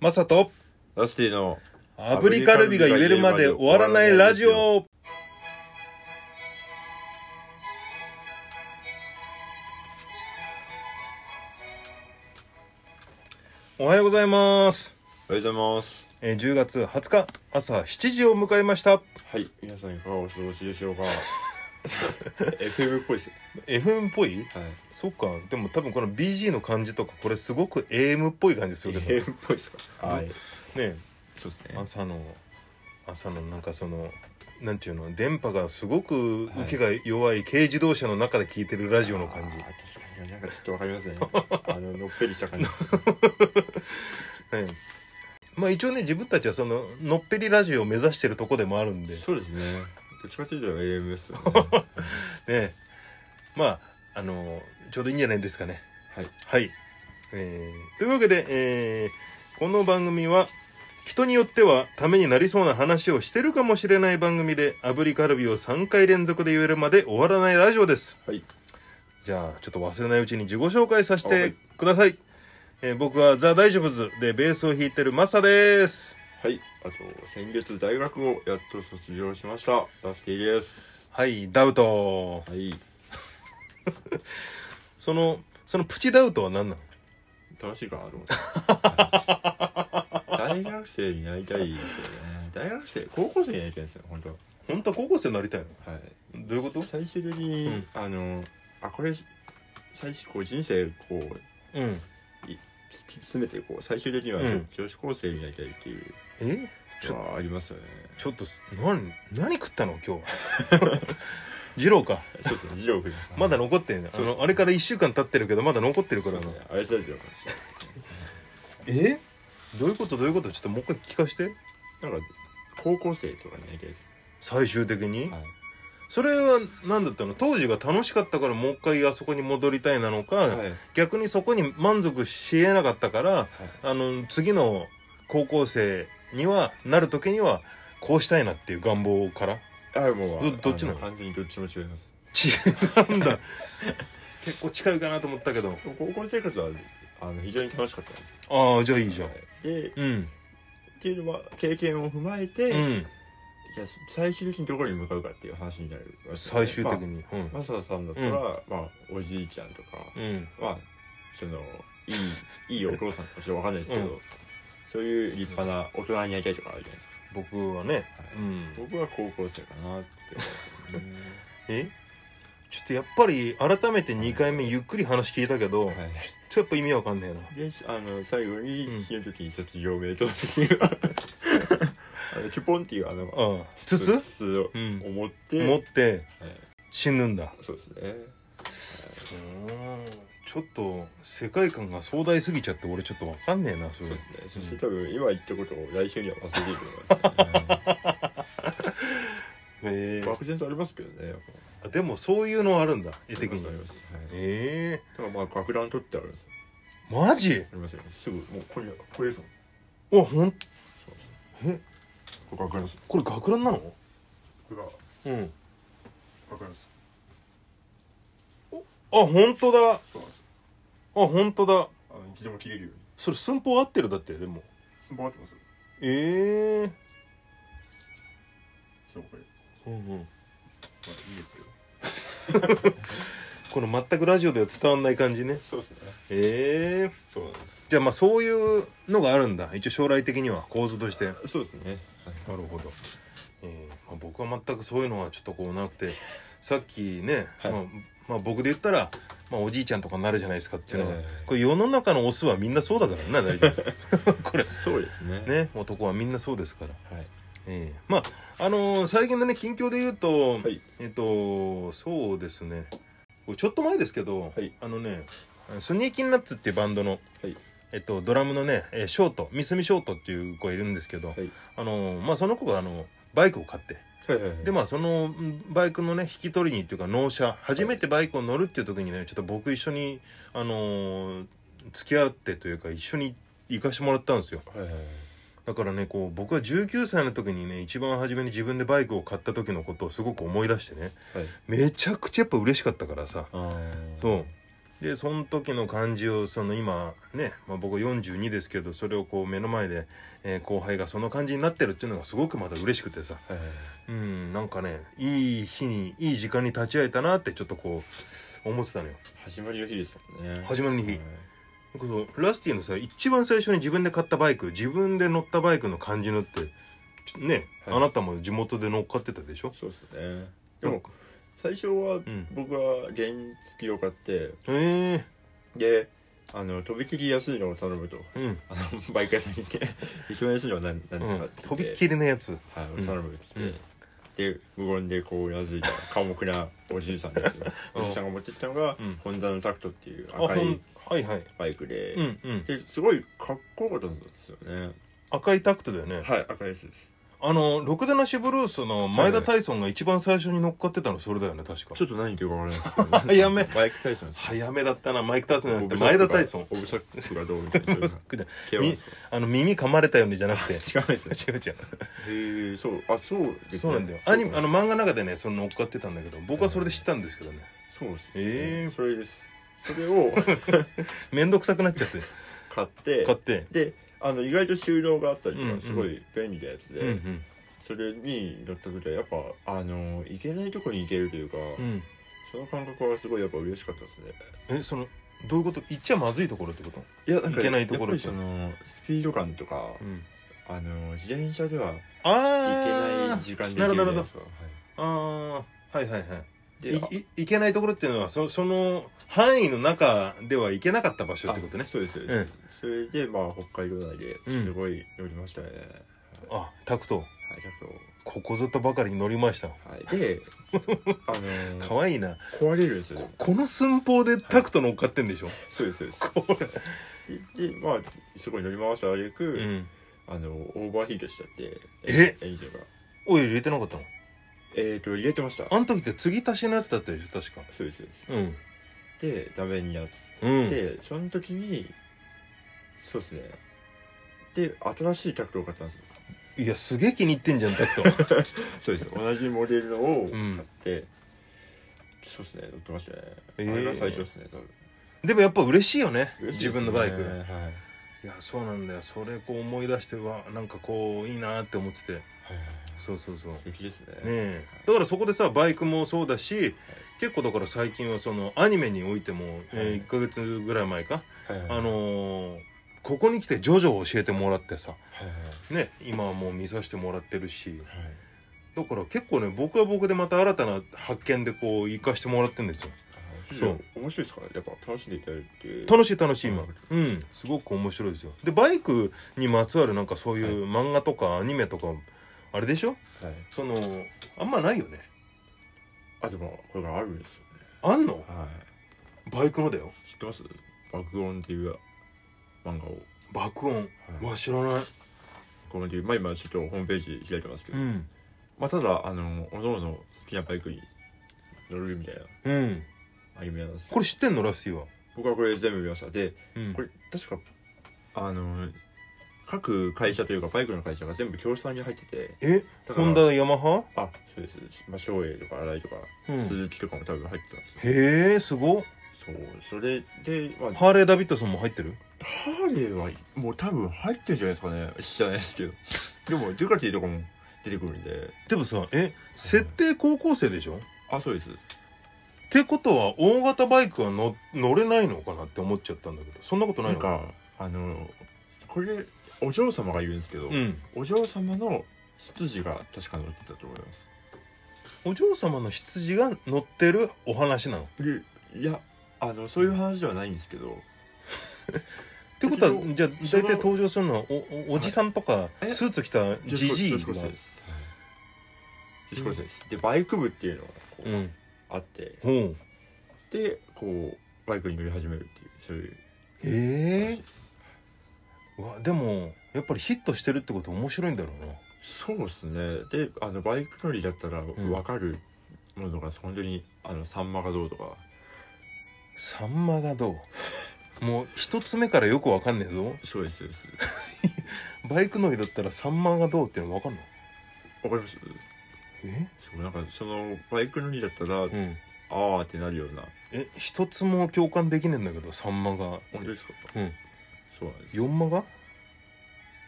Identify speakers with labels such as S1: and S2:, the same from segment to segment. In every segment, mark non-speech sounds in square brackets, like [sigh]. S1: マサと
S2: ラスティの
S1: 炙りカルビが言えるまで終わらないラジオおはようございます、
S2: おはようございます
S1: えー10月20日朝7時を迎えました
S2: はい皆さんいかがお過ごしでしょう [laughs] か FM っぽいですね
S1: FM っぽい
S2: はい
S1: そっかでも多分この BG の感じとかこれすごく AM っぽい感じするけ
S2: FM っぽいですかはい
S1: どね
S2: そうですね
S1: 朝の朝のなんかそのなんていうの電波がすごく受けが弱い軽自動車の中で聞いてるラジオの感じ、
S2: あー確かになんかちょっとわかり [laughs] ますねあののっぺりした感じ
S1: ねまあ一応ね自分たちはそののっぺりラジオを目指してるとこでもあるんで
S2: そうですねどっちかというと AM ですよ [laughs] ね
S1: ねまああのちょうどいいんじゃないですかね
S2: はい
S1: はい、えーというわけで、えーこの番組は人によってはためになりそうな話をしてるかもしれない番組で炙りカルビを3回連続で言えるまで終わらないラジオです
S2: はい
S1: じゃあちょっと忘れないうちに自己紹介させ
S2: はい
S1: てください、えー僕はザ・大丈夫ズでベースを弾いてるマサです
S2: はいあと先月大学をやっと卒業しましたラスティです
S1: はいダウト
S2: はい
S1: そのそのプチダウトは何なの
S2: 楽しいかなと [laughs] 思って大学生になりたいですよね大学生高校生になりたいんですよ本当
S1: 本当は高校生になりたいの
S2: はい
S1: どういうこと
S2: 最終的に、
S1: うん
S2: あのあこれ最終こう人生こう
S1: うん
S2: 突き詰めてこう最終的には
S1: うん
S2: 女子高生になりたいっていう
S1: えちょ
S2: のはありますよね、
S1: ちょっと何何食ったの今日 [laughs] 二郎か
S2: [laughs] そうですね授業
S1: まだ残ってんのあ
S2: そうそう
S1: のあれから1週間経ってるけどまだ残ってるか
S2: そう
S1: ら
S2: で
S1: な
S2: すねあれされてるかもしれ
S1: えどういうことどういうことちょっともう一回聞かして
S2: ないなんか高校生とかになりたいです、
S1: 最終的に、
S2: はい、
S1: それは何だったの当時が楽しかったからもう一回あそこに戻りたいなのか、
S2: はい
S1: 逆にそこに満足しえなかったからあの次の高校生にはなる時にはこうしたいなっていう願望から
S2: はい、あもう
S1: どどっちなの
S2: あ完全にどっちも違います
S1: 違うんだ [laughs] 結構近いかなと思ったけど
S2: 高校生活はあの非常に楽しかったです
S1: ああじゃあいいじゃん
S2: はいで
S1: うん
S2: っていうのは経験を踏まえて、
S1: うん
S2: じゃあ最終的にどこに向かうかっていう話になるわけですね
S1: 最終的に、うん
S2: まあマサさんだったら、
S1: うん
S2: まあおじいちゃんとか
S1: うん
S2: まあそのいいいいお父さんかちょっとわかんないですけど、
S1: う
S2: そういう立派な大人になりたいとかあるじゃないですか、
S1: 僕はね
S2: はい
S1: うん
S2: 僕は高校生かなって思いま
S1: えちょっとやっぱり改めて2回目ゆっくり話聞いたけど、
S2: すね
S1: ちょっとやっぱ意味わかんねえな
S2: はいであの最後
S1: うん
S2: に死ぬ時に卒業おめでとうって
S1: [laughs]
S2: いうあのチュポンっていうあの
S1: ああ筒
S2: 筒を
S1: うん
S2: 持って
S1: 持って
S2: はい
S1: 死ぬんだ
S2: そうですね
S1: うんちょっと世界観が壮大すぎちゃって俺ちょっとわかんねえなそれ
S2: そして多分今言ったことを来週には忘れていると思います、
S1: え
S2: 漠然とありますけどねやっぱ
S1: あでもそういうのあるんだ絵的に
S2: ありますありますはい
S1: ええ
S2: ただまあ学ラン取ってあるんですよ
S1: マジ
S2: ありますよすぐもうこれこれですもん
S1: おほん
S2: そうそ
S1: え
S2: うこれ学ランです
S1: これ学ランなの
S2: これが
S1: うん
S2: 学ランです
S1: あ本当だあ
S2: そうなんです
S1: 本当だ
S2: あのいつでも切れるように
S1: それ寸法合ってるだってでも
S2: スンバーってますよ
S1: ええ
S2: そうこれ、ま
S1: うんうん
S2: あ、いいですけど
S1: この全くラジオでは伝わんない感じね
S2: そうですね
S1: ええ
S2: そうなんです
S1: じゃあまあそういうのがあるんだ一応将来的には構図としてな
S2: そうですねはい
S1: るほど、えーまあ、僕は全くそういうのはちょっとこうなくて [laughs] さっきね、
S2: はい
S1: まあまあ僕で言ったら、まあ、おじいちゃんとかになるじゃないですかっていうのは、
S2: ええ
S1: これ世の中のオスはみんなそうだからな大丈夫
S2: [laughs] そうですね
S1: ね男はみんなそうですから
S2: はい
S1: ええまああのー最近のね近況で言うと、
S2: はい
S1: えっとそうですねちょっと前ですけど、
S2: はい
S1: あのねスニーキンナッツっていうバンドの、
S2: はい
S1: えっと、ドラムのね、えーショート三角ショートっていう子がいるんですけど、
S2: はい
S1: あのーまあその子があのバイクを買って
S2: はいはいはい
S1: でまあそのんバイクのね引き取りにっていうか納車初めてバイクを乗るっていう時にねちょっと僕一緒にあのー付き合ってというか一緒に行かしてもらったんですよ
S2: はいはいはい
S1: だからねこう僕は19歳の時にね一番初めに自分でバイクを買った時のことをすごく思い出してね
S2: はい
S1: めちゃくちゃやっぱ嬉しかったからさ
S2: あー
S1: そうでその時の感じをその今ね、まあ、僕42ですけどそれをこう目の前で、えー後輩がその感じになってるっていうのがすごくまた嬉しくてさうんなんかねいい日にいい時間に立ち会えたなってちょっとこう思ってたのよ
S2: 始まりの日ですもんね
S1: 始まりの日
S2: はい
S1: このラスティのさ一番最初に自分で買ったバイク自分で乗ったバイクの感じのってちょね、
S2: はい
S1: あなたも地元で乗っかってたでしょ
S2: そうですねでも最初は
S1: うん
S2: 僕は原付を買って
S1: え
S2: であのとびきり安いのを頼むと
S1: えうん、
S2: あ [laughs] のバイク屋さんに行って一番安いのは何何
S1: う
S2: ですか
S1: ん
S2: っ、て
S1: とびっ
S2: り
S1: きりのやつ
S2: 頼
S1: うん
S2: むって言ってで無言でこううなずいた寡黙なおじいさんですよ [laughs]
S1: うん
S2: おじいさんが持ってきたのが
S1: うん
S2: ホンダのタクトっていう
S1: あほ
S2: 赤い
S1: んはいはい
S2: バイクで
S1: うんうん
S2: ですごいかっこよかったんですよね
S1: 赤いタクトだよね
S2: はい赤いやつです
S1: あのろくでなしブルースの前田大尊が一番最初に乗っかってたのそれだよね確か
S2: ちょっと何言ってるかわから [laughs] ないですけど
S1: やめ
S2: バイク大賞です
S1: 早めだったなマイク・タイソンじゃなくて
S2: オブサ
S1: 前
S2: ック
S1: 田
S2: が
S1: 大尊
S2: オブサックがどうみたいな違うんですか
S1: みあの耳噛まれたようにじゃなくて
S2: 違うんですね
S1: 違う違う
S2: へえそうあそうです
S1: [laughs]
S2: ね
S1: そうなんだよアニメあの漫画の中でねその乗っかってたんだけど僕はそれで知ったんですけどね
S2: そうですね
S1: ええ
S2: それですそれを
S1: 面倒くさくなっちゃ [laughs] って
S2: 買って
S1: 買って
S2: であの意外と収納があったりと
S1: うんう
S2: か
S1: ん
S2: すごい便利なやつで、
S1: うんうん
S2: それに乗った時はやっぱあの行けないとこに行けるというか、
S1: うん
S2: その感覚はすごいやっぱ嬉しかったですね
S1: えそのどういうこと行っちゃまずいところってこと
S2: いやなんか
S1: 行けないところ
S2: やっぱりそのスピード感とか、
S1: うん
S2: あの自転車では行けな
S1: あ
S2: い時間で
S1: なる
S2: 行け
S1: ほど
S2: るじゃないですか
S1: ああーはいはいはい
S2: はいで
S1: いいいけないところっていうのはそその範囲の中では行けなかった場所ってことね
S2: あそうですそう
S1: え
S2: です、それでまあ北海道内で
S1: うん
S2: すごい乗りましたね、
S1: あタクト
S2: はいあ
S1: ここぞとばかりに乗りました
S2: りがとうは
S1: [laughs]
S2: いであのー
S1: かわいいな
S2: 壊れるんですよ
S1: ここの寸法でタクト乗っかってんでしょ、
S2: そうですそうです
S1: これ
S2: ででまあすごい乗り回したあげく、
S1: うん
S2: あのオーバーヒートしちゃって
S1: え
S2: エンジンが
S1: オイル入れてなかったの
S2: えっ、と入れてました
S1: あの時って継ぎ足しのやつだったでしょ確か
S2: そうですそうです
S1: うん
S2: でダメになっ
S1: うん
S2: て、その時にそうですねで新しいタクトを買ったんですよ
S1: いやすげえ気に入ってんじゃんタクト
S2: [laughs] そ
S1: [laughs]
S2: うです同じモデルのを
S1: うん
S2: 買って、そうですね乗ってましたね、
S1: えー
S2: あれが最初ですね多分
S1: でもやっぱ嬉しいよね
S2: 嬉しいですね
S1: 自分のバイク、
S2: はい、はい
S1: いやそうなんだよそれこう思い出してはなんかこういいなって思っててそうそうそう
S2: 素敵ですね
S1: ねえだからそこでさバイクもそうだし結構だから最近はそのアニメにおいても、
S2: は
S1: え
S2: い
S1: 1ヶ月ぐらい前か、
S2: はいはい
S1: あのーここに来てジョジョを教えてもらってさ
S2: はいはい
S1: ね今はもう見させてもらってるし
S2: はい
S1: だから結構ね僕は僕でまた新たな発見でこう行かしてもらってるんですよそ
S2: あそうう面白いですかやっぱ楽しんでいただいて
S1: 楽しい楽しい今
S2: うん
S1: うんすごく面白いですよでバイクにまつわるなんかそういう漫画とかアニメとかあれでしょ
S2: はい
S1: そのあんまないよね
S2: あでもこれがあるんですよね
S1: あんの
S2: はい
S1: バイクのだよ
S2: 知ってます爆音っていう漫画を
S1: 爆音
S2: はい
S1: わ知らない
S2: 爆音っていうまあ今ちょっとホームページ開いてますけど、
S1: ん
S2: まあただあのおのおの好きなバイクに乗るみたいな
S1: うん
S2: アニメなんですけど
S1: これ知ってんのラスティは
S2: 僕はこれ全部見ましたで
S1: うん
S2: これ確かあの各会社というかバイクの会社が全部教室さんに入ってて
S1: え
S2: だか
S1: ホ
S2: ら
S1: ンダヤマハ
S2: あそうです、まあ、松栄とか新井とか、
S1: うん
S2: 鈴木とかも多分入ってたんですよ
S1: へえすごっ
S2: そうそれでまあ
S1: ハーレー・ダビッドソンも入ってる
S2: ハーレーはもう多分入ってるんじゃないですかね知らないですけどでもデュカティとかも出てくるんで
S1: でもさえ設定高校生でしょっ
S2: あそうです
S1: てことは大型バイクはの乗れないのかなって思っちゃったんだけどそんなことな
S2: ないん
S1: のか
S2: かあのこれお嬢様がいるんですけど、
S1: うん
S2: お嬢様の執事が確か乗ってたと思います
S1: お嬢様の羊が乗ってるお話なのっ
S2: でいやあのそういう話ではないんですけど
S1: てこと
S2: え
S1: はじゃあ
S2: そ
S1: 大
S2: の
S1: 体登場するのはおおおじさんとか
S2: え
S1: スーツ着たじじい
S2: 女子高
S1: が
S2: 生です女子高生です、でバイク部っていうのがこう
S1: うん
S2: あって
S1: ほう
S2: でこうバイクに乗り始めるっていうそういう話
S1: え
S2: です
S1: えわでもやっぱりヒットしてるってこと面白いんだろうな
S2: そうですねであのバイク乗りだったら
S1: ん
S2: 分かるものが本当にあのサンマがどうとか
S1: サンマがど [laughs] うもう一つ目からよくわかんねえぞ
S2: そうですそうです
S1: バイク乗りだったらサンマがどうっていうのわかんの
S2: わかります
S1: え
S2: そうなんかそのバイク乗りだったら
S1: うん
S2: あーってなるような
S1: え一つも共感できねえんだけどサンマが
S2: 本当ですか
S1: うん
S2: そうなんですよ
S1: 4マが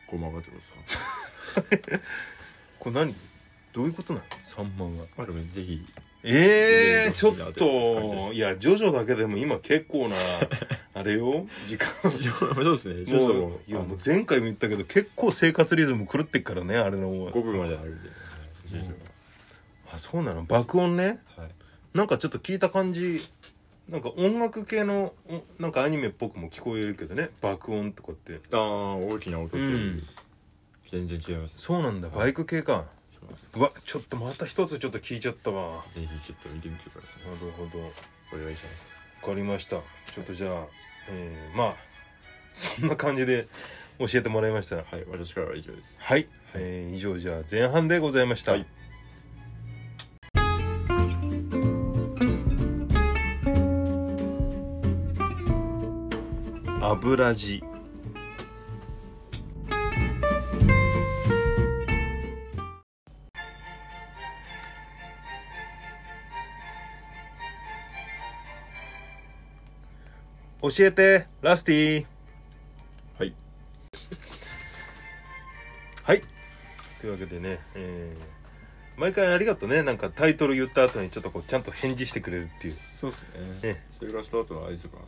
S2: ごまがってことですか
S1: これ何どういうことなのサンマが
S2: まあでもぜひ [laughs]
S1: ええ
S2: え
S1: ちょっ
S2: ちょっ
S1: といやジョジョだけでも今結構 [laughs] なあれよ時間
S2: いやそうですねちょっ
S1: も
S2: とも
S1: う
S2: う
S1: いや
S2: あの
S1: もう前回も言ったけど結構生活リズム狂ってっからねあれの
S2: 5分まであるんで
S1: うん
S2: 住所
S1: あそうなの爆音ね
S2: がはい
S1: なんかちょっと聞いた感じなんか音楽系のおなんかアニメっぽくも聞こえるけどね爆音とかって
S2: ああ大きな音っていうより
S1: うん
S2: 全然違います
S1: そうなんだバイク系か
S2: そうなんです
S1: うわちょっとまた一つちょっと聞いちゃったわ
S2: ぜひちょっと見てみてくださ
S1: なるほど
S2: いお願いします
S1: 分かりましたちょっとじゃあ、えーまあそんな感じで教えてもらいました
S2: はい私からは以上です
S1: はい、えー以上じゃあ前半でございました、
S2: はい
S1: 油地教えてラスティ
S2: はい
S1: はいというわけでね、えー毎回ありがとうねなんかタイトル言った後にちょっとこうちゃんと返事してくれるっていう
S2: そうですね
S1: え
S2: それからスタートはあいつか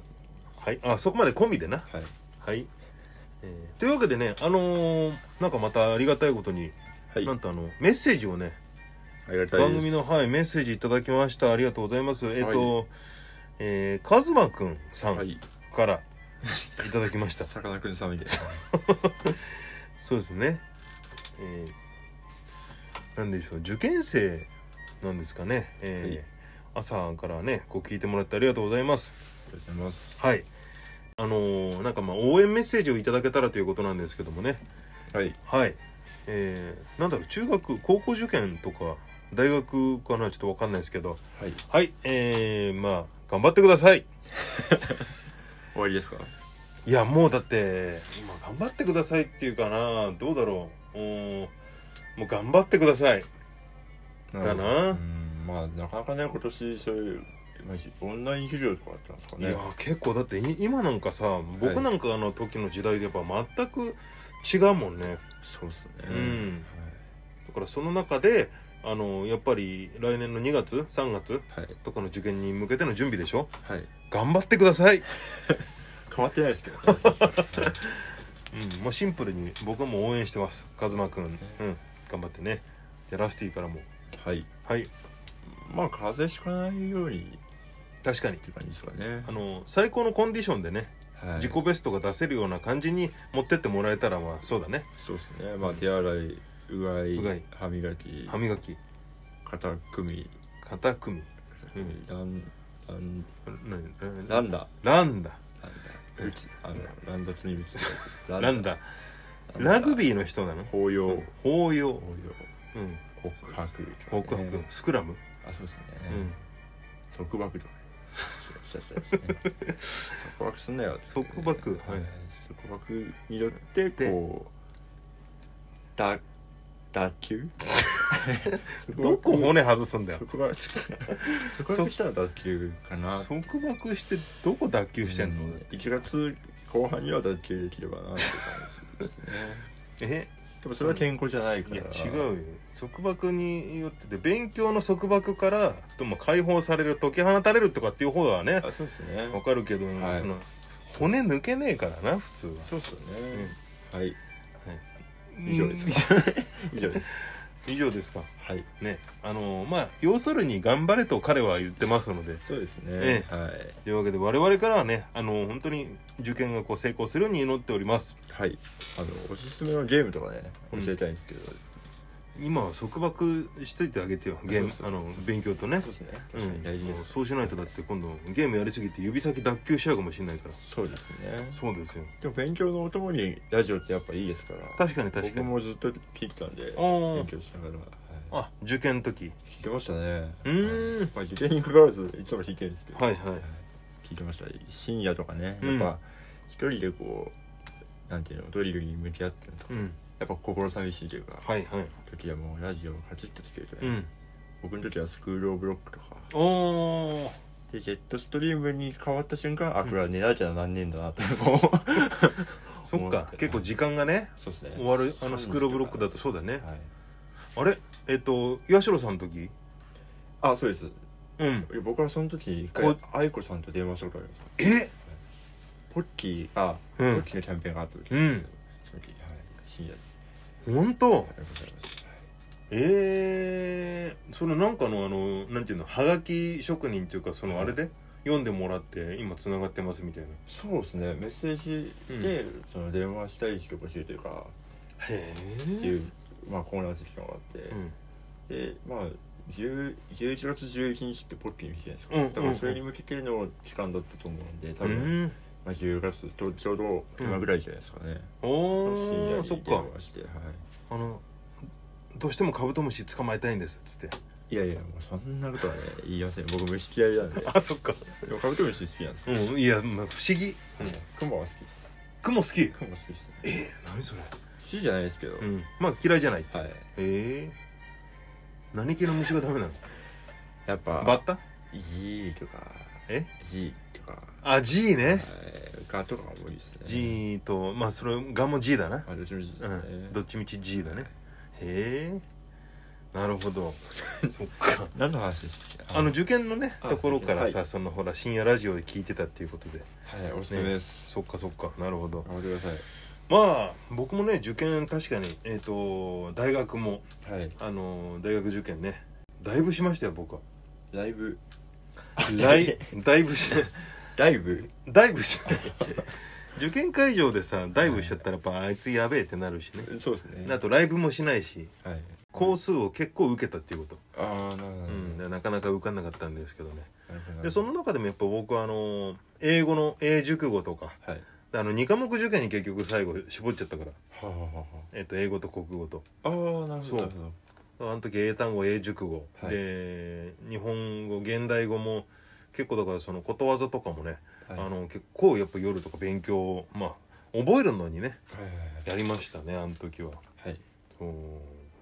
S1: はいあそこまでコンビでな
S2: なはい
S1: はい、えーというわけでねあのーなんかまたありがたいことに、
S2: はい
S1: なんとあのメッセージをね
S2: ありがたいです
S1: 番組の、はい、メッセージいただきましたありがとうございますえっ、と、
S2: は
S1: えー、カズマくんさ
S2: は
S1: ん
S2: い
S1: からいただきました、
S2: さかなクンさんみたい
S1: そうですねえー、なんでしょう受験生なんですかね、えー朝からねこう聞いてもらってありがとうございます
S2: ありがとうございます
S1: はいあのーなんかまあ応援メッセージをいただけたらということなんですけどもね
S2: はい
S1: はい、えー、なんだろう中学高校受験とか大学かなちょっとわかんないですけど
S2: はい
S1: はいえー、まあ頑張ってください
S2: 終わりですか
S1: いやもうだって今頑張ってくださいっていうかなどうだろううーんもう頑張ってくださいだな
S2: うんまあなかなかね今年そういうまあひオンライン授業とかあったんですか
S1: い
S2: ね
S1: やー結構だってい今なんかさ僕なんかの時の時代でやっぱ全く違うもんね
S2: そうっすね
S1: うんだからその中であのやっぱり来年の2月3月
S2: はい
S1: とかの受験に向けての準備でしょ
S2: はいはい
S1: 頑張ってください、
S2: 変わってないですけど [laughs] はい
S1: うん、もうシンプルに僕はもう応援してますカズマくん、うん、頑張ってねじゃあラスティからも
S2: はい
S1: はい
S2: まあ風邪ひかないようにっ
S1: 確かに
S2: ていう感じですかね
S1: あの最高のコンディションでね、
S2: はい
S1: 自己ベストが出せるような感じに持ってってもらえたらまあそうだね
S2: そうですねまあ手洗いうがい
S1: うんうがい
S2: 歯磨き
S1: 歯磨き
S2: 肩組み
S1: 肩組みうん
S2: ランラン
S1: 何何
S2: ランダ
S1: ランダ
S2: ランダ打ちあのランダつに打ちラ
S1: ランダラグビーの人なの
S2: 抱擁
S1: 抱擁、
S2: 抱擁
S1: うん、
S2: 告白
S1: 告白、
S2: ね
S1: スクラム、
S2: あそうですね
S1: うん、
S2: 束縛とかしちゃしたりしてね [laughs] 束縛すんなよっつって
S1: 束縛はい
S2: 束縛によってこうだ打球
S1: [laughs] どこ骨外すんだよ
S2: 束縛束縛したら打球かな
S1: 束縛してどこ脱臼してんの、
S2: うん1月後半には脱臼できればなって感じですね
S1: え
S2: でもそれは健康じゃないか
S1: いや
S2: ら
S1: 違うよ束縛によってで勉強の束縛からとも解放される解き放たれるとかっていう方がね
S2: あそうですね
S1: わかるけど、
S2: はい
S1: その骨抜けねえからな普通は
S2: そうですよね、はい以
S1: 以
S2: 上
S1: 上
S2: で
S1: です
S2: す [laughs] 以上です
S1: 以上ですか
S2: はい
S1: ねあのまあ要するに頑張れと彼は言ってますので
S2: そうですね、
S1: え
S2: はい
S1: というわけで我々からはねあの本当に受験がこう成功するように祈っております
S2: はいあのおすすめのゲームとかね
S1: うん
S2: 教えたいんですけど、
S1: 今は束縛しといてあげてよゲーム
S2: そうそう
S1: あの勉強とね
S2: そうですね
S1: う
S2: 確かに
S1: ん
S2: 大事です、
S1: もうそうしないとだって今度ゲームやりすぎて指先脱臼しちゃうかもしれないから
S2: そうですね
S1: そうですよ
S2: でも勉強のお供にラジオってやっぱいいですから
S1: 確かに確か
S2: 僕
S1: に
S2: もずっと聞いてたんで
S1: お
S2: 勉
S1: ー
S2: 強しながら、はい
S1: あ受験の時
S2: 聞いてましたね
S1: うーん
S2: はいまあ受験に関わらずいつも聞いてるんですけど
S1: はいはい
S2: 聞いてました深夜とかね
S1: う
S2: や
S1: ん
S2: っぱ一人でこうなんていうのドリルに向き合ってるのとか
S1: うん
S2: やっぱ心寂しいというか
S1: はいはい
S2: 時はもうラジオをカチッとつけると
S1: う
S2: ね
S1: ん
S2: 僕の時はスクール・オブ・ロックとか
S1: おー
S2: でジェットストリームに変わった瞬間あこれは値段じゃなんねえんだなって
S1: [laughs]
S2: 思う
S1: そっか
S2: 思て
S1: 結構時間がね
S2: そうですね
S1: 終わるあのスクール・オブ・ロックだとそうだね、
S2: はい
S1: あれえっと八代さんの時
S2: あそうです
S1: うん
S2: いや僕はその時一
S1: こ
S2: 回
S1: う
S2: 愛子さんと電話したことあります
S1: え
S2: ポッキーあ、
S1: う
S2: ポッ
S1: ん
S2: キーのキャンペーンがあった時
S1: うん
S2: その時はい深夜に
S1: 本当
S2: ありがとうございますはい
S1: ええそのなんかのあのなんていうのはがき職人というかそのあれで読んでもらって今つながってますみたいな
S2: そうですねメッセージで、その電話したい人募集というか
S1: へ
S2: っていう、まあ、コーナーっていうのがあって、
S1: うん
S2: でまあ10 11月11日ってポッキーの日じゃないですか、
S1: うん
S2: だからそれに向けての期間だったと思うんで多
S1: う
S2: 分、
S1: ん
S2: まあ、10月とちょうど今ぐらいじゃないですかね、深夜
S1: おー
S2: に
S1: そっか
S2: 電話してはい
S1: あのどうしてもカブトムシ捕まえたいんですっつって
S2: いやいやもうそんなことはね言いません僕虫嫌いなんで
S1: [laughs] [laughs] あそっか
S2: でもカブトムシ好きなんですよ、
S1: うんいや、まあ、不思議、う
S2: うんん、クマは好き
S1: 雲好き
S2: クマ好きですね
S1: えー、何それ
S2: 好きじゃないですけど、
S1: うんまあ嫌いじゃない
S2: はい
S1: えー、何系の虫がダメなの
S2: やっぱ
S1: バッタ
S2: G とか
S1: え
S2: G とか
S1: あ G ね
S2: はいガとかが多いですね
S1: G とまあそれガも G だな
S2: あどっちも G です
S1: う
S2: ね、
S1: んどっちみち G だねへえなるほど [laughs] そっか
S2: 何の話でしたっけ
S1: あの受験のね
S2: あ
S1: ところから
S2: は
S1: さそのほら深夜ラジオで聞いてたっていうことで
S2: はいおすすめです、
S1: そっかそっかなるほど
S2: 頑張ってくださ
S1: まあ僕もね受験確かにえっと大学も
S2: いはい
S1: あの大学受験ねだいぶしましたよ [laughs] 僕は
S2: ライブ
S1: だいだいぶし
S2: ライブ
S1: ダイブし [laughs] 受験会場でさダイブしちゃったらやっぱあいつやべえってなるしね
S2: そうですね
S1: あとライブもしないし
S2: はい
S1: コースを結構受けたっていうこと、
S2: ああなる
S1: う
S2: ほど、なる
S1: ん、でなかなか受かんなかったんですけどね
S2: ほどなるほど
S1: でその中でもやっぱ僕はあの英語の英熟語とか
S2: はい
S1: であの2科目受験に結局最後絞っちゃったから、
S2: はあは
S1: えっと英語と国語と
S2: あはああーなる
S1: そう
S2: ほどなるほど
S1: あの時英単語英熟語、
S2: はい
S1: で日本語現代語も結構だからそのことわざとかもね、
S2: はい
S1: あの結構やっぱ夜とか勉強をまあ覚えるのにね
S2: はいはい
S1: やりましたねあの時は
S2: はいはい
S1: そう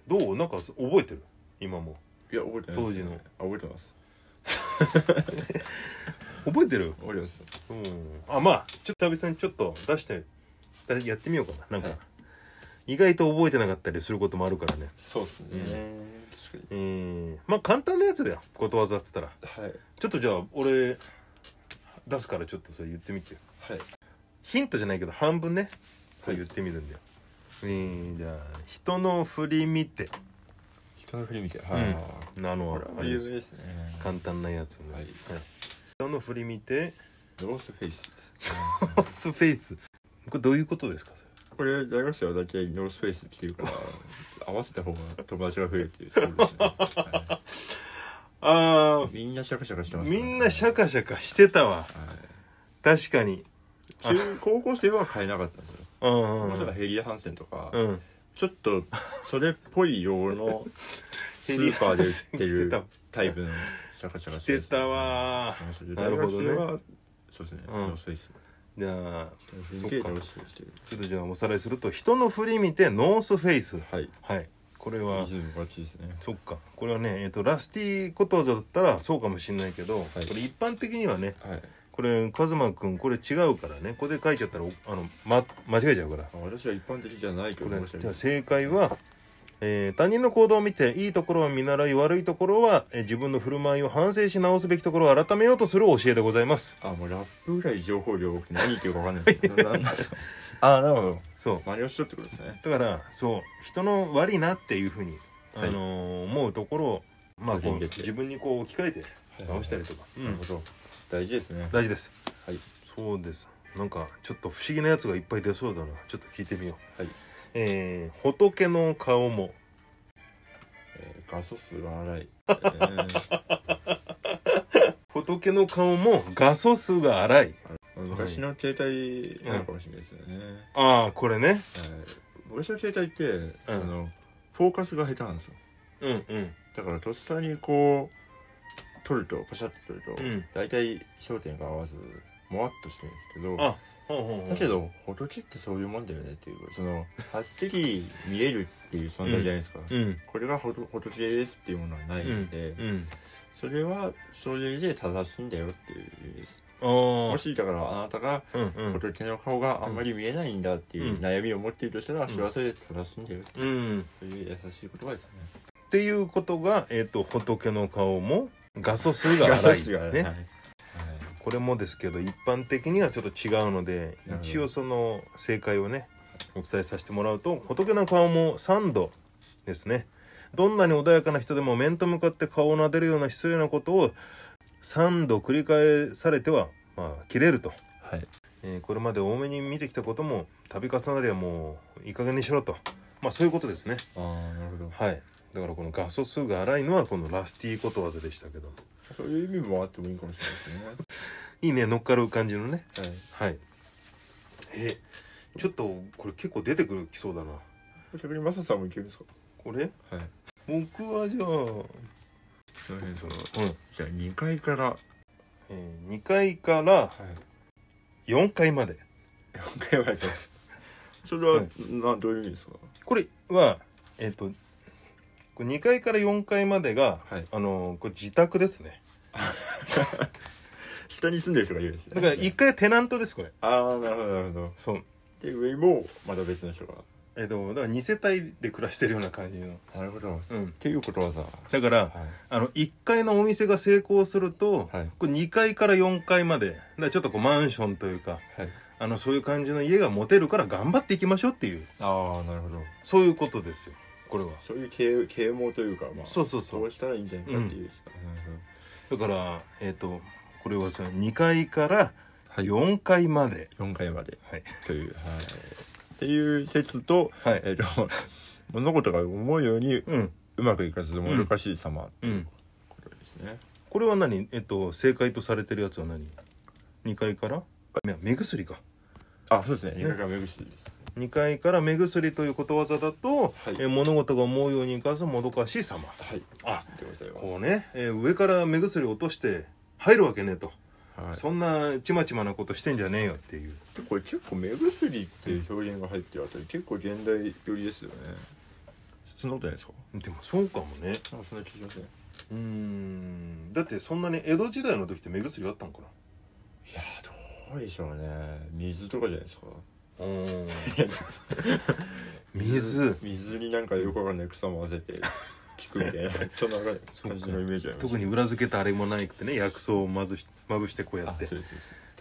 S1: どうなんか覚えてる今も
S2: いや覚えてない
S1: 当時の
S2: あ覚えてます
S1: 覚えてる
S2: 覚えてます
S1: うんあまあちょっと久々にちょっと出してだやってみようかななんか、
S2: はい
S1: 意外と覚えてなかったりすることもあるからね
S2: そうですね、確
S1: えー、まあ簡単なやつだよことわざっつったら
S2: かにはい
S1: ちょっとじゃあ俺出すからちょっとそれ言ってみてよ
S2: はい
S1: ヒントじゃないけど半分ねこ
S2: は
S1: れ
S2: い
S1: 言ってみるんだよ、えー、じゃあ人の振り見て
S2: 人の振り見てはい、
S1: うんあの
S2: こ
S1: あ
S2: れ
S1: あ
S2: は
S1: れで
S2: 有
S1: す
S2: 名ですね
S1: 簡単なやつね、
S2: はい
S1: 人の振り見て
S2: ロースフェイス
S1: ホースフェイスこれどういうことですかそれ
S2: これ大学生は大体ノースフェイスっていうから合わせた方が友達が増えるっていうそうですね、は
S1: あ
S2: いみんなシャカシャカして
S1: あ
S2: ますね、
S1: みんなシャカシャカしてたわ確かに
S2: はい、中高校生は買えなかったんですよ
S1: うんうん
S2: 高校
S1: う
S2: 生は
S1: ん
S2: ヘリアハンセンとか、
S1: うん
S2: ちょっとそれっぽい用のス
S1: [laughs] ヘリ
S2: ーパ
S1: ハ
S2: ー
S1: ン
S2: で売
S1: セン
S2: って
S1: 着てた
S2: るタイプのシャカシャカしてる
S1: 着てたわー
S2: なるほどね
S1: なるほ
S2: そうですね、
S1: うん
S2: ノースフェイス
S1: じゃあ
S2: そ
S1: っか
S2: ノースフェイスっていう
S1: ちょっとじゃあおさらいすると人の振り見てノースフェイス
S2: はい
S1: はいこれは
S2: リズムバッチリですね
S1: そっかこれはね、えっとラスティことわざだったらそうかもしれないけど、
S2: い
S1: これ一般的にはね
S2: はい
S1: これカズマくんこれ違うからねここで書いちゃったらおあの、ま、間違えちゃうから
S2: あ私は一般的じゃないと
S1: こ
S2: 思
S1: れ
S2: いました
S1: じゃあ正解は、えー他人の行動を見ていいところは見習い悪いところは、えー自分の振る舞いを反省し直すべきところを改めようとする教えでございます
S2: あ、もうラップぐらい情報量多くて何言ってるか分かんないですけど。ななあ、なるほど。
S1: そう
S2: マリオしとってことですね。
S1: だからそう人の悪いなっていうふうに、
S2: はい
S1: あのー思うところをまあこ
S2: 取り
S1: う
S2: 入れて
S1: 自分にこう置き換えて直したりとか、
S2: なるほど。大事ですね
S1: うん。大事です
S2: はい。
S1: そうですなんかちょっと不思議なやつがいっぱい出そうだなちょっと聞いてみよう
S2: はい
S1: えー仏の顔も
S2: えー、画素数
S1: [laughs]
S2: が荒い。えー
S1: 仏の顔も画素数が荒い
S2: 昔の携帯なのかもしれないですよね。
S1: ああこれね
S2: はい昔の携帯って、あの、フォーカスが下手なんですよ。
S1: うんうん
S2: だからとっさにこう、撮ると、パシャッと撮ると、
S1: うん
S2: 大体焦点が合わず、もわっとしてるんですけど、
S1: あほうほうほう
S2: だけど仏ってそういうもんだよねっていうそのはっきり見えるっていう存在じゃないですか、
S1: うん
S2: これがほと仏ですっていうものはないので、
S1: うん
S2: それはそれで正しいんだよっていう意味です
S1: ああ
S2: もしだからあなたが
S1: うんうん
S2: 仏の顔があんまり見えないんだっていう
S1: うん
S2: 悩みを持っているとしたら、
S1: ん
S2: それはそれで正しいんだよって
S1: うん
S2: いう優しい言葉ですね、
S1: っていうことが、えー、と仏の顔も画素数が
S2: 優
S1: 荒
S2: しいが
S1: い
S2: ね、は
S1: ね
S2: い
S1: これもですけど一般的にはちょっと違うので
S2: なるほど
S1: 一応その正解をねお伝えさせてもらうと仏の顔も3度ですねどんなに穏やかな人でも面と向かって顔を撫でるような失礼なことを3度繰り返されては、まあ、切れると、
S2: はい
S1: えーこれまで多めに見てきたことも度重なりはもういい加減にしろとまあそういうことですね
S2: ああなるほど
S1: はいだからこの画素数が荒いのはこのラスティことわざでしたけども
S2: そういう意味もあってもいいかもし
S1: い
S2: れ
S1: いね乗っかる感じのね
S2: ないですね、はい
S1: はい。え、ちょっとこれ結構出てくるきそうだな。
S2: 逆にマサさんもいけるんですか
S1: これ？
S2: はい
S1: 僕はじゃあ、うん、
S2: すいませんそのじゃあ2階からはい
S1: えー、2階から4階まで。
S2: 4階まで [laughs] それは、
S1: はい
S2: などういう意味ですか
S1: これはえっ、と、これ2階から4階までが、
S2: はい
S1: あのーこれ自宅ですね。
S2: 下に住んでる人がいるんですね
S1: だから1階はテナントですこれ。
S2: ああなるほどなるほど
S1: そう。
S2: で上もまた別の人が
S1: えっ、とだから2世帯で暮らしてるような感じの。
S2: なるほどっ
S1: うん。
S2: ていうことわざは
S1: だからあの1階のお店が成功すると、
S2: いはい
S1: これ2階から4階までだからちょっとこうマンションというか
S2: はい
S1: あのそういう感じの家が持てるから頑張っていきましょうっていう
S2: ああなるほど
S1: そういうことですよこれは
S2: そういう啓啓蒙というかまあ
S1: そうそう
S2: そ
S1: そう
S2: うしたらいいんじゃないかっていう、なるほど
S1: だからえっ、とこれはその2階から
S2: はい
S1: 4階まで
S2: 4回まで、
S1: はい
S2: という、はい、っていう説と、
S1: はい
S2: えっと [laughs] 物事が思うように
S1: うん
S2: うまくいかずもどかしい様って
S1: う
S2: いうんことですね、
S1: これは何えっ、と正解とされてるやつは何2階からいや目薬か
S2: あそうです
S1: ね
S2: ね二回が目口です
S1: 2階から目薬ということわざだと、
S2: はい
S1: えー物事が思うようにいかずもどかしい様
S2: はい
S1: あ
S2: でございま
S1: こうね、えー上から目薬落として入るわけねえと、
S2: す、は
S1: そんなちまちまなことしてんじゃねえよっていう
S2: い、でこれ結構目薬っていう表現が入ってるあたり結構現代寄りですよねそんなことないですか
S1: でもそうかもね
S2: なんかそんな気がしますね
S1: うーんだってそんなに江戸時代の時って目薬あったのか
S2: いやーどうでしょうね水とかじゃないですか [laughs]
S1: なうーん水
S2: 水になんかよくわかんない草も混ぜて効くみたいな [laughs] そんな感じのイメージあります
S1: 特に裏付けたあれもないくてね薬草をまずしまぶしてこうや
S2: あ
S1: って
S2: そうです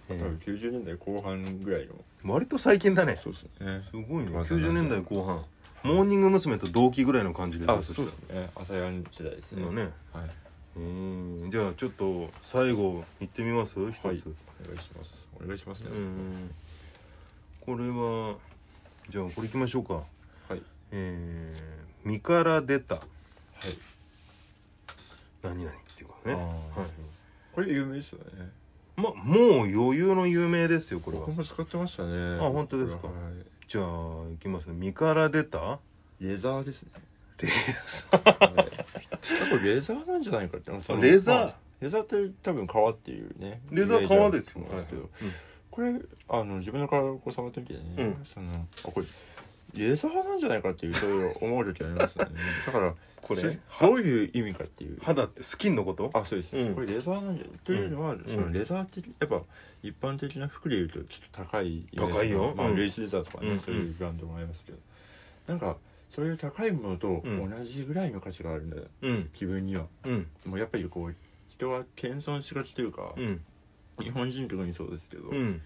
S2: そうです
S1: う
S2: 多
S1: ん
S2: 分90年代後半ぐらいの
S1: 割と最近だね
S2: そうですね
S1: すごいね
S2: わかんない
S1: 90年代後半モーニング娘。と同期ぐらいの感じで
S2: あ
S1: 出てきた
S2: そうですね朝やん時代ですね
S1: のね
S2: はいう
S1: ーんじゃあちょっと最後行ってみます一つ、
S2: はいお願いしますお願いします
S1: う
S2: ね
S1: ーんこれはじゃあこれ行きましょうか
S2: はいはい
S1: えー、身から出た何々っていうか
S2: あー
S1: ね
S2: なるほどこれ有名ですよね
S1: まもう余裕の有名ですよこれは
S2: 僕も使ってましたね
S1: あ本当ですか
S2: はい
S1: じゃあいきますね身から出た
S2: レザーですね
S1: レーザー
S2: はいこれレザーなんじゃないかって
S1: あレザー
S2: まあレザーって多分革っていうね
S1: レザー革ですよ
S2: イメージあ
S1: はいはいうん
S2: ると思うんですけどこれあの自分の体をこう触ってみてね、
S1: うん
S2: そのあこれレザーなんじゃないかっていうそういう思う時あります
S1: [laughs]
S2: よねだから
S1: こ
S2: それ
S1: れ
S2: どういう意味かっていう
S1: 肌ってスキンのこと
S2: あそうです、
S1: うん
S2: これレザーなんじゃというのは、その
S1: うん
S2: レザーってやっぱ一般的な服でいうとちょっと高いイメージ
S1: 高いよ
S2: まあ
S1: うん
S2: ルイスレザーとかね、
S1: うん
S2: そういうブランドもありますけどなんかそういう高いものと
S1: うん
S2: 同じぐらいの価値があるんだよ、
S1: うん
S2: 気分には
S1: うん
S2: もうやっぱりこう人は謙遜しがちというか、
S1: うん
S2: 日本人特にそうですけど、
S1: うん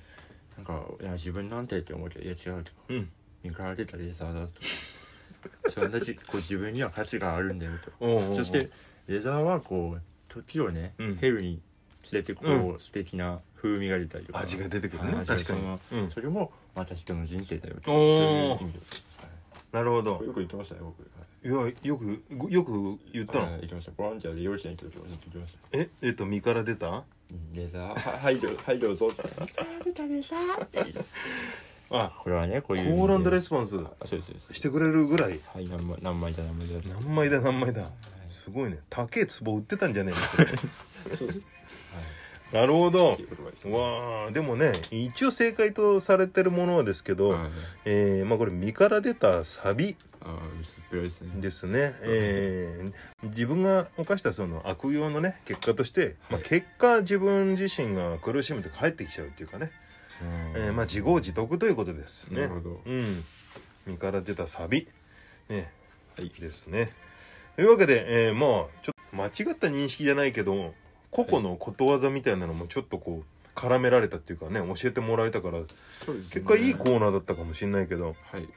S2: なんかいや自分なんてって思うけどいや違うと
S1: うん
S2: 身から出たレーザーだとそんなじこう自分には価値があるんだよ
S1: おうおうお
S2: と
S1: う
S2: そしてレザーはこう時をね、
S1: うん
S2: ヘルに連れてこう、
S1: う
S2: 素敵な風味が出たりとか
S1: 味が出てくる
S2: は
S1: ね
S2: い
S1: 確かに
S2: 味が
S1: うん
S2: それもまた人の人生だよと
S1: お
S2: そう
S1: ー
S2: いう意味です、
S1: なるほ
S2: は
S1: ど
S2: い、よく言ってましたね僕はい
S1: いやよくごよく言った
S2: はい
S1: の
S2: 言ってましたボランティアで幼稚園行った時はずっと言ってました
S1: ええっと身から出た
S2: レザーははいどう [laughs] はいどうぞってレザー出たレザーって [laughs]
S1: あ
S2: これはねこ
S1: コ
S2: ういう
S1: ールンドレ
S2: ス
S1: スポンス
S2: あそうですそうです
S1: してくれるぐらい
S2: はい何枚何枚だ何枚だ
S1: 何枚だ何枚だ
S2: はい
S1: すごいね高え壺売ってたんじゃねえ
S2: そうですはい
S1: のなるほど
S2: っていう言葉です
S1: わあでもね一応正解とされてるものはですけど、
S2: はい
S1: えーまあ、これ身から出たサビ
S2: ああ薄っぺらいですね
S1: ですね、えー自分が犯したその悪用のね結果として、まあ、
S2: はい
S1: 結果自分自身が苦しむと帰ってきちゃうっていうかね、
S2: うん
S1: えーまあ自業自得ということです
S2: な
S1: ね
S2: るほど
S1: うん身から出たサビ、ね
S2: はい
S1: ですねというわけで、えーまあちょっと間違った認識じゃないけど個々のことわざみたいなのもちょっとこう絡められたっていうかね教えてもらえたから
S2: そうですね
S1: 結果いいコーナーだったかもしれないけど、
S2: はい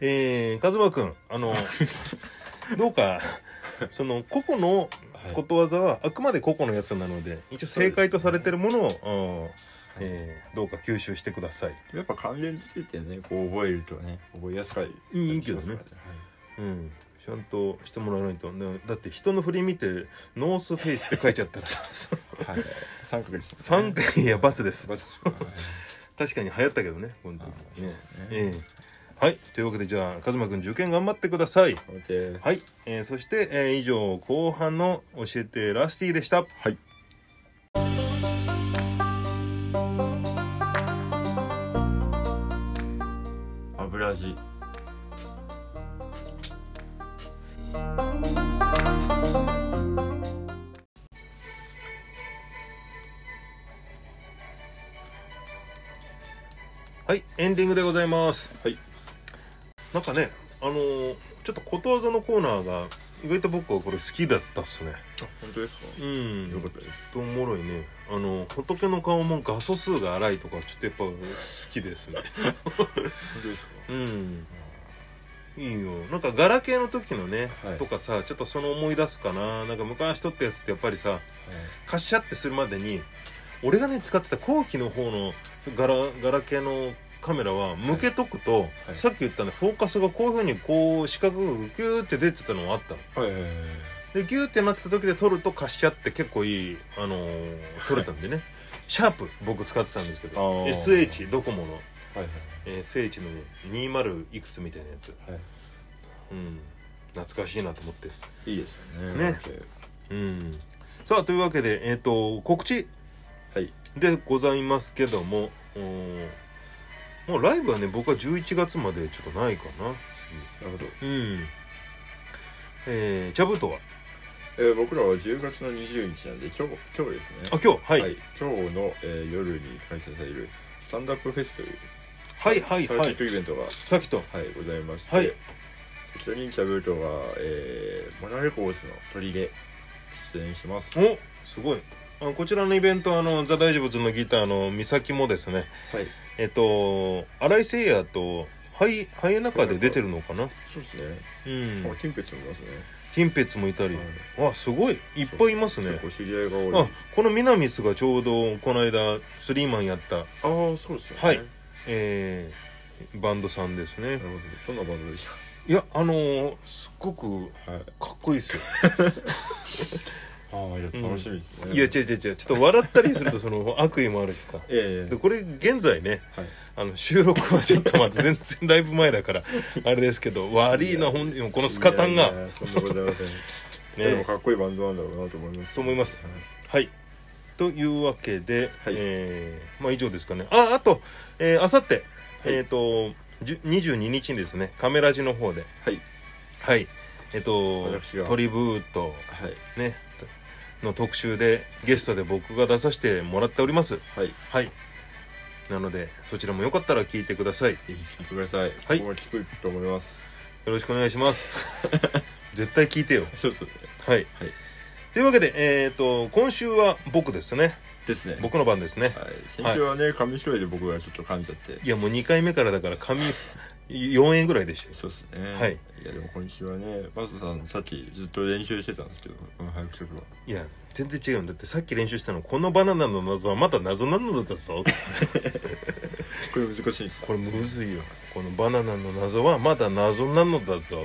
S1: えー、カズマくん、あ
S2: [laughs]
S1: の、どうか、その、個々の
S2: はい
S1: ことわざは、あくまで個々のやつなので、一応正解とされてるものを、うんえーどうか吸収してください。
S2: やっぱ関連付けてねこう覚えるとね覚えやすかい
S1: うんいいけどね
S2: はい
S1: うん。ちゃんとしてもらわないと。ねだって人の振り見て、ノースフェイスって書いちゃった
S2: [laughs]
S1: ら、その
S2: はい三角です
S1: 三回いや、罰です。
S2: バツですかはい
S1: 確かに流行ったけどね、本当
S2: あ
S1: に
S2: ーそう
S1: ね。
S2: ですね
S1: ええはい。というわけで、じゃあ、カズマくん、受験頑張ってください。
S2: 頑張って
S1: はい。えーそして、えー以上、後半の教えてラスティでした。
S2: はい油味
S1: はい、エンディングでございます。
S2: はい。
S1: なんかね、あのーちょっとことわざのコーナーが意外と僕はこれ好きだったっすね。
S2: あ本当ですか
S1: うん
S2: よかったです
S1: とおもろいね。あの仏の顔も画素数が荒いとかちょっとやっぱ好きですね。
S2: 本当ですか
S1: うん。いいよなんかガラケーの時のね、
S2: はい
S1: とかさちょっとその思い出すかななんか昔撮ったやつってやっぱりさカシャってするまでに俺がね使ってた後期の方のガラガラケーのカメラは向けとくと、
S2: はい
S1: さっき言ったねフォーカスがこういうふうにこう四角がギューって出てたのがあったの。
S2: はいはいはいはい
S1: でギューってなってた時で撮るとカシャって結構いい、あのー撮れたんでね。シャープ僕使ってたんですけど
S2: あー
S1: SH ドコモの
S2: はい
S1: えー SH のね20いくつみたいなやつ、
S2: はいは
S1: うん、懐かしいなと思って。
S2: いいいですよね
S1: ね
S2: だって
S1: うん、さあというわけで、えー、と告知
S2: はい
S1: でございますけどもおーもうライブはね僕は11月までちょっとないか
S2: なるほど
S1: なうんえー、チャブートは
S2: えー僕らは10月の20日なんで今日今日ですね
S1: あ今日はい、
S2: 今日の、えー夜に開催されるスタンダップフェスという
S1: はいはい
S2: サー
S1: は
S2: キ
S1: い
S2: ットイベントが、はい
S1: さっきと
S2: ございまして、
S1: はい
S2: こちらにキャブートが、えー、モナレコーズの鳥で出演します。はい、
S1: おすごいあこちらのイベントあのザ・大事物のギターの美咲もですねえっと新井誠也とハイハイエナカで出てるのかな
S2: そうですね。
S1: う
S2: うんん、金ペチもいますね。
S1: ティンペッツもいたり、わすごいいっぱいいますね
S2: 結構知り合いが多い。
S1: あこのミナミスがちょうどこの間スリーマンやった、
S2: あー、そうですよね。
S1: はい
S2: なる
S1: えーバンドさんですね
S2: ほど。どんなバンドでしょ
S1: いやあのーすっごく
S2: う。はい。
S1: かっこいいですよ
S2: あー、いや楽しみですね。
S1: いや違う違う違うちょっと笑ったりするとその悪意もあるしさ
S2: ええ
S1: でこれ現在ね、
S2: はい
S1: あの収録はちょっとまだ全然ライブ前だ [laughs] からあれですけど悪いな本人このスカタンが
S2: いやいやそんなことありません。
S1: ね
S2: でもかっこいいバンドなんだろうなと思います。
S1: と思います
S2: はい
S1: はい。というわけで、
S2: はい
S1: えーまあ以上ですかね。あ、あと、えー、あさって、
S2: はい
S1: えっ、と、じゅ22日にですね、カメラジの方で、
S2: はい。
S1: はい。えっ、と
S2: 私が、
S1: トリブート、
S2: はい。
S1: ね、の特集で、ゲストで僕が出させてもらっております。
S2: はい。
S1: はい。なので、そちらもよかったら聞いてください。よ
S2: ぜひ聞いてください。
S1: はい
S2: ここは聞くと思います。
S1: ろしくお願いします。 [laughs] 絶対聞いてよ。
S2: そうですね。
S1: はい。
S2: はい
S1: というわけで、えっ、と、今週は僕ですね。
S2: ですね。
S1: 僕の番ですね。
S2: はい。先週はね、紙一重で僕がちょっと噛んじゃって。
S1: いやもう2回目からだから紙4円ぐらいでしたよ
S2: そうですね。
S1: はい。
S2: いや、でも今週はね、バスさん、さっきずっと練習してたんですけど、うん、早くは。
S1: いや全然違うんだってさっき練習したのこのバナナの謎はまだ謎なのだった [laughs] ぞ
S2: これ難しいです。
S1: これむずいよこのバナナの謎はまだ謎なのだぞ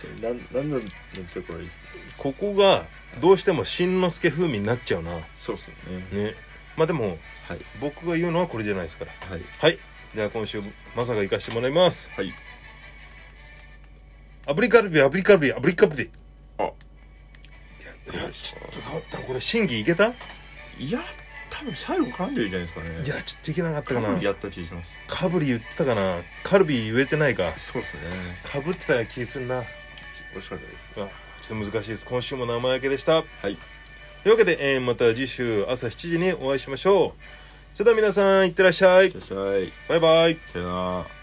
S2: それなん、なんの、なんてこれです。
S1: ここがどうしてもしんのすけ風味になっちゃうな
S2: そうですね。
S1: ねまあでも
S2: はい。
S1: 僕が言うのはこれじゃないですから
S2: はい。
S1: はいでは今週まさか行かしてもらいます
S2: はい。
S1: アブリカルビアブリカルビアブリカルビ
S2: あ
S1: いやいやちょっと変わったこれ審議いけた
S2: いや、多分最後噛んでるんじゃないですかね
S1: いやちょっといけなかったか
S2: かな
S1: な
S2: りやった気がします
S1: カブリ言ってたかなカルビ言えてないか
S2: そうですね
S1: かぶってた気するなあ
S2: 美味しかったです
S1: ちょっと難しいです今週も生焼けでした
S2: はい
S1: というわけで、えーまた次週朝7時にお会いしましょうそれでは皆さんいってらっしゃい
S2: いらっしゃい
S1: バイバイ
S2: さよなら